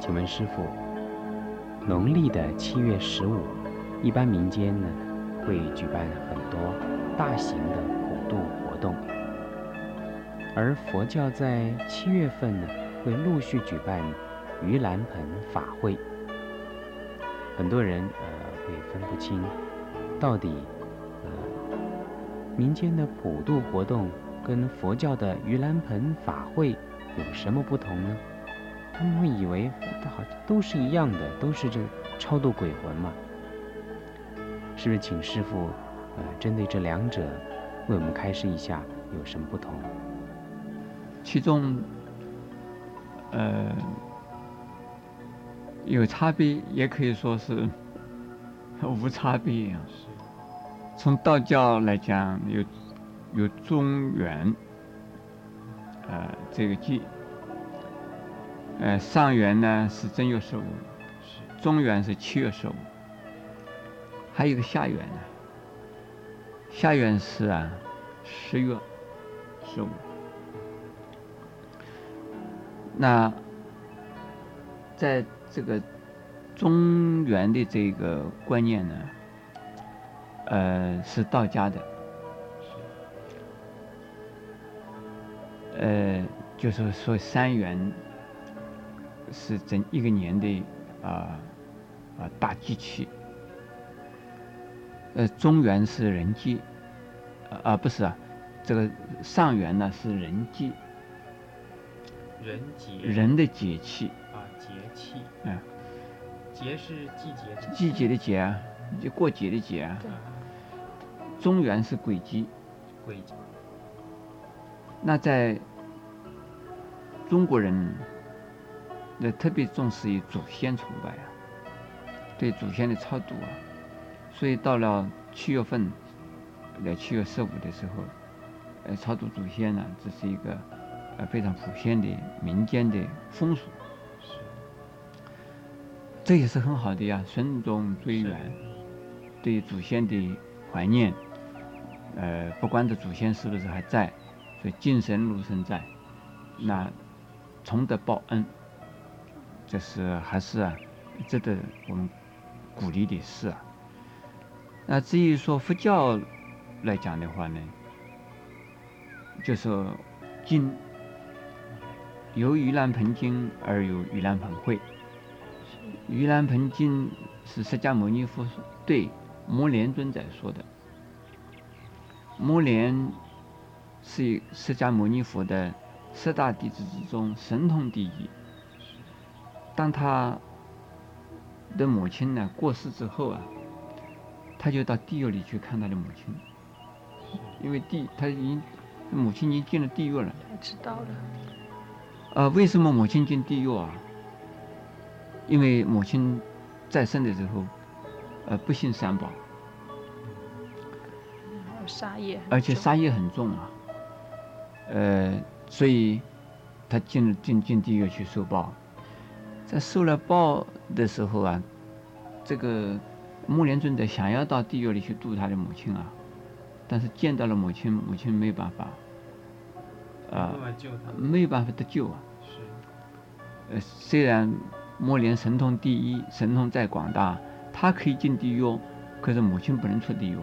子文师傅，农历的七月十五，一般民间呢会举办很多大型的普渡活动，而佛教在七月份呢会陆续举办盂兰盆法会。很多人呃会分不清到底呃民间的普渡活动跟佛教的盂兰盆法会有什么不同呢？他们会以为好像都是一样的，都是这超度鬼魂嘛。是不是请师傅呃针对这两者为我们开示一下有什么不同？其中，呃，有差别，也可以说是无差别啊。从道教来讲，有有中原，呃，这个记，呃，上元呢是正月十五，中元是七月十五，还有一个下元呢、下元是啊十月十五。那在这个中原的这个观念呢，呃，是道家的，呃，就是说三元是整一个年的啊啊、大机器，呃，中原是人祭，啊、啊不是啊，这个上元呢是人祭，人节人的节气，啊，节气，嗯、节是季节的季节的节啊，就过节的节啊。中原是鬼祭，轨迹，那在中国人，那特别重视于祖先崇拜啊，对祖先的超度啊，所以到了七月份，在七月十五的时候，呃，超度祖先呢、这是一个呃非常普遍的民间的风俗，这也是很好的呀，顺宗追远，对祖先的怀念，呃，不管这祖先是不是还在，所以敬神如神在，那崇德报恩，这是还是啊，值得我们鼓励的事啊。那至于说佛教来讲的话呢，就是经由盂兰盆经而有盂兰盆会，盂兰盆经是释迦牟尼佛对摩连尊者说的。摩连是释迦牟尼佛的四大弟子之中神通第一。当他的母亲呢过世之后啊，他就到地狱里去看他的母亲，因为地他已经母亲已经进了地狱了。知道了，呃，为什么母亲进地狱啊？因为母亲在生的时候，呃，不信三宝，还有沙叶很重，而且杀业很重啊，呃，所以他进进进地狱去受报，在受了报的时候啊，这个木莲尊者想要到地狱里去度他的母亲啊，但是见到了母亲，母亲没办法，啊、慢慢救他，没有办法得救啊。是呃，虽然莫莲神通第一，神通再广大，他可以进地狱哦，可是母亲不能出地狱哦，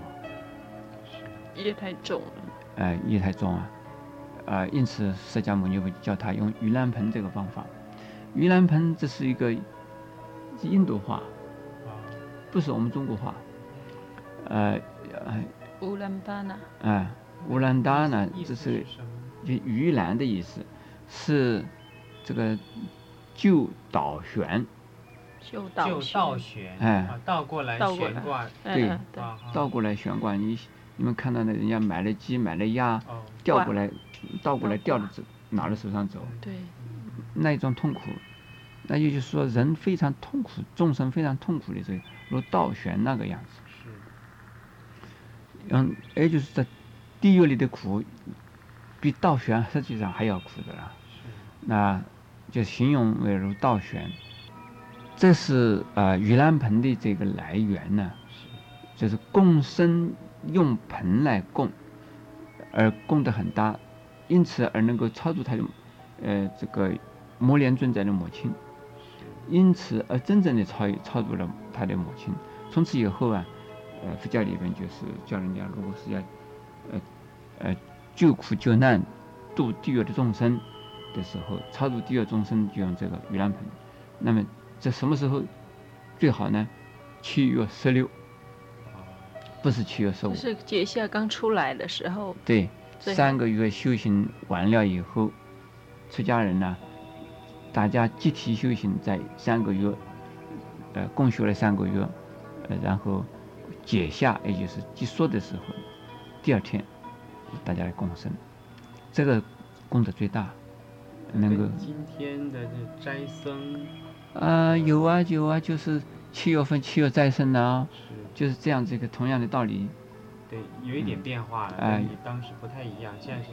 叶太重了，呃，业太重啊，呃，因此释迦牟尼佛教他用盂兰盆这个方法。盂兰盆这是一个是印度话，啊，不是我们中国话，呃，呃，乌兰巴那呃，乌兰达呢意，这思是什么？就盂兰的意思，是这个旧倒悬，修道就学倒悬，哎啊，倒过来倒过来悬挂，对嗯嗯对，啊，倒过来悬挂。你你们看到那人家买了鸡，买了鸭，哦，调挂过来，倒过来倒吊挂着走，拿到手上嗯走，对，那一种痛苦，那也就是说人非常痛苦，众生非常痛苦的这个，如倒悬那个样子。是嗯，也就是在地狱里的苦，比倒悬实际上还要苦的了。是那就形容为如倒悬。这是呃盂兰盆的这个来源呢，是就是供身用盆来供，而供得很大，因此而能够超度他的，呃，这个摩连尊者的母亲。因此而真正的超越超度了他的母亲。从此以后啊，呃，佛教里边就是教人家，如果是要，呃，呃，救苦救难、度地狱的众生的时候，超度地狱众生就用这个盂兰盆。那么在什么时候最好呢？七月十六，啊不是七月十五就。是结下刚出来的时候，对，最好三个月修行完了以后，出家人呢、大家集体修行在三个月，呃，共修了三个月，呃，然后解下，也就是结束的时候，第二天大家来共生，这个功德最大，能够跟今天的这斋僧啊，有啊有啊，就是七月份七月再生呢、是，就是这样子一个同样的道理，对，有一点变化了，哎跟你当时不太一样，现在是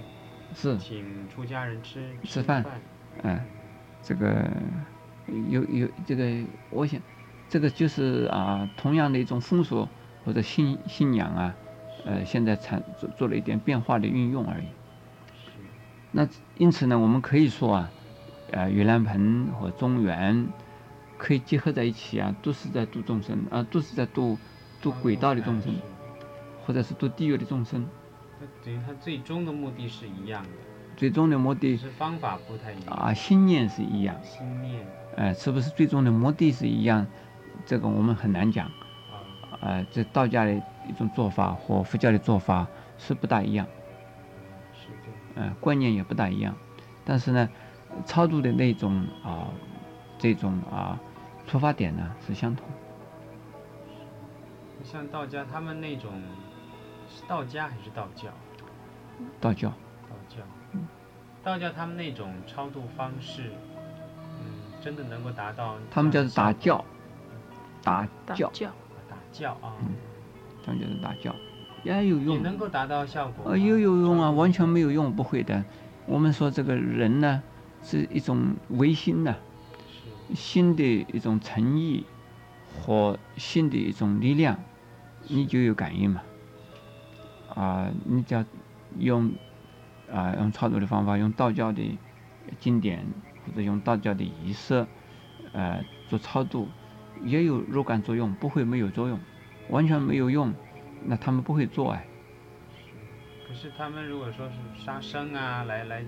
是，请出家人吃吃饭嗯、这个有有这个，我想，这个就是啊，同样的一种风俗或者信信仰啊，呃，现在产做做了一点变化的运用而已。是那因此呢，我们可以说啊，呃，盂兰盆和中原可以结合在一起啊，都是在度众生啊、都是在度度轨道的众生，或者是度地狱的众生，那等于他最终的目的是一样的，最终的目只的是方法不太一样。啊，心念是一样，心念呃，是不是最终的目的是一样，这个我们很难讲。啊，呃，这道家的一种做法和佛教的做法是不大一样，是这样。呃，观念也不大一样，但是呢，超度的那种啊、这种啊、出发点呢是相同。像道家他们那种，是道家还是道教？道教道教，嗯道教他们那种超度方式，嗯，真的能够达到他们这叫样做的打教，效打打教，教果打教啊，他们叫做打教，也有也用，能够达到效果嗯吗。呃，也有用啊，超度完全没有用不会的。我们说这个人呢是一种唯心呐、是新的一种诚意和新的一种力量，你就有感应嘛。啊、你只要用啊、用操作的方法，用道教的经典或者用道教的仪式，呃，做超度，也有若干作用，不会没有作用，完全没有用，那他们不会做哎。可是他们如果说是杀生啊，来来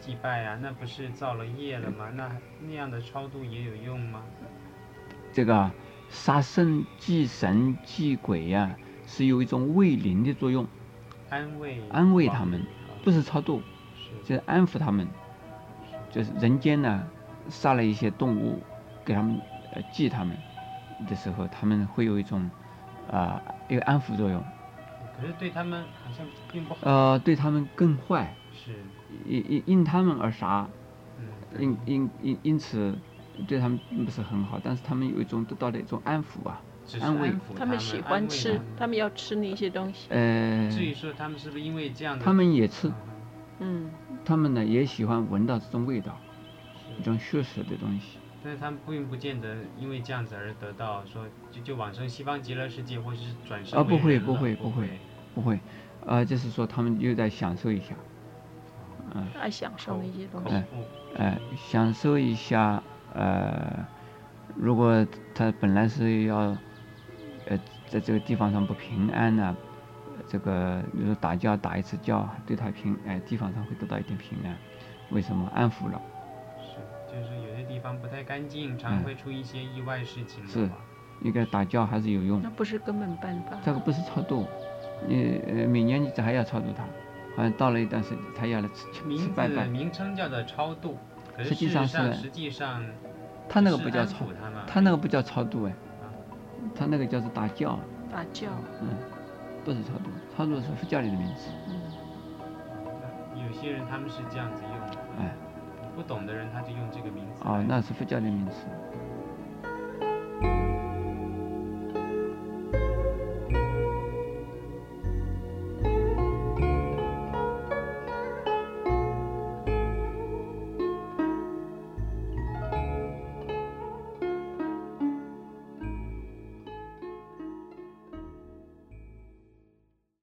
祭拜啊，那不是造了业了吗？那那样的超度也有用吗？这个杀生祭神祭鬼呀、是有一种慰灵的作用，安慰安慰亡他灵们啊不是超度。是就是安抚他们，就是人间呢杀了一些动物，给他们呃祭他们的时候，他们会有一种啊、一个安抚作用，可是对他们好像并不好，呃，对他们更坏，是因因因他们而杀，嗯因因因因此对他们并不是很好，但是他们有一种得到了一种安抚啊，只是安慰安抚他们们喜安欢慰吃他，们嗯他们要吃那些东西，呃，至于说他们是不是因为这样的，他们也吃，嗯，他们呢也喜欢闻到这种味道，一是，种血色的东西。但是他们并不见得因为这样子而得到说就就往生西方极乐世界或是转生啊不为会人不了会不不会不会，呃，就是说他们又在享受一下，爱享受那些东口西，腹呃，享受一下，呃，如果他本来是要，呃，在这个地方上不平安呐、这个比如说打架打一次架，对他平，哎、地方上会得到一点平安，为什么安抚了？是，就是有些地方不太干净，常嗯会出一些意外事情是的话，应该打架还是有用那，不是根本办法。这个不是超度，你呃每年你这还要超度他，好像到了一段时间他要来吃吃吃名拜字拜，名称叫做超度，可是实事际实上上是实际上他那个只不是叫安超抚，啊他们他而那已个不叫超度哎，他那个叫做打架，打教，嗯，不是超度，超度是佛教里的名词。嗯，那有些人他们是这样子用的，哎，不懂的人他就用这个名字哦来，那是佛教的名词。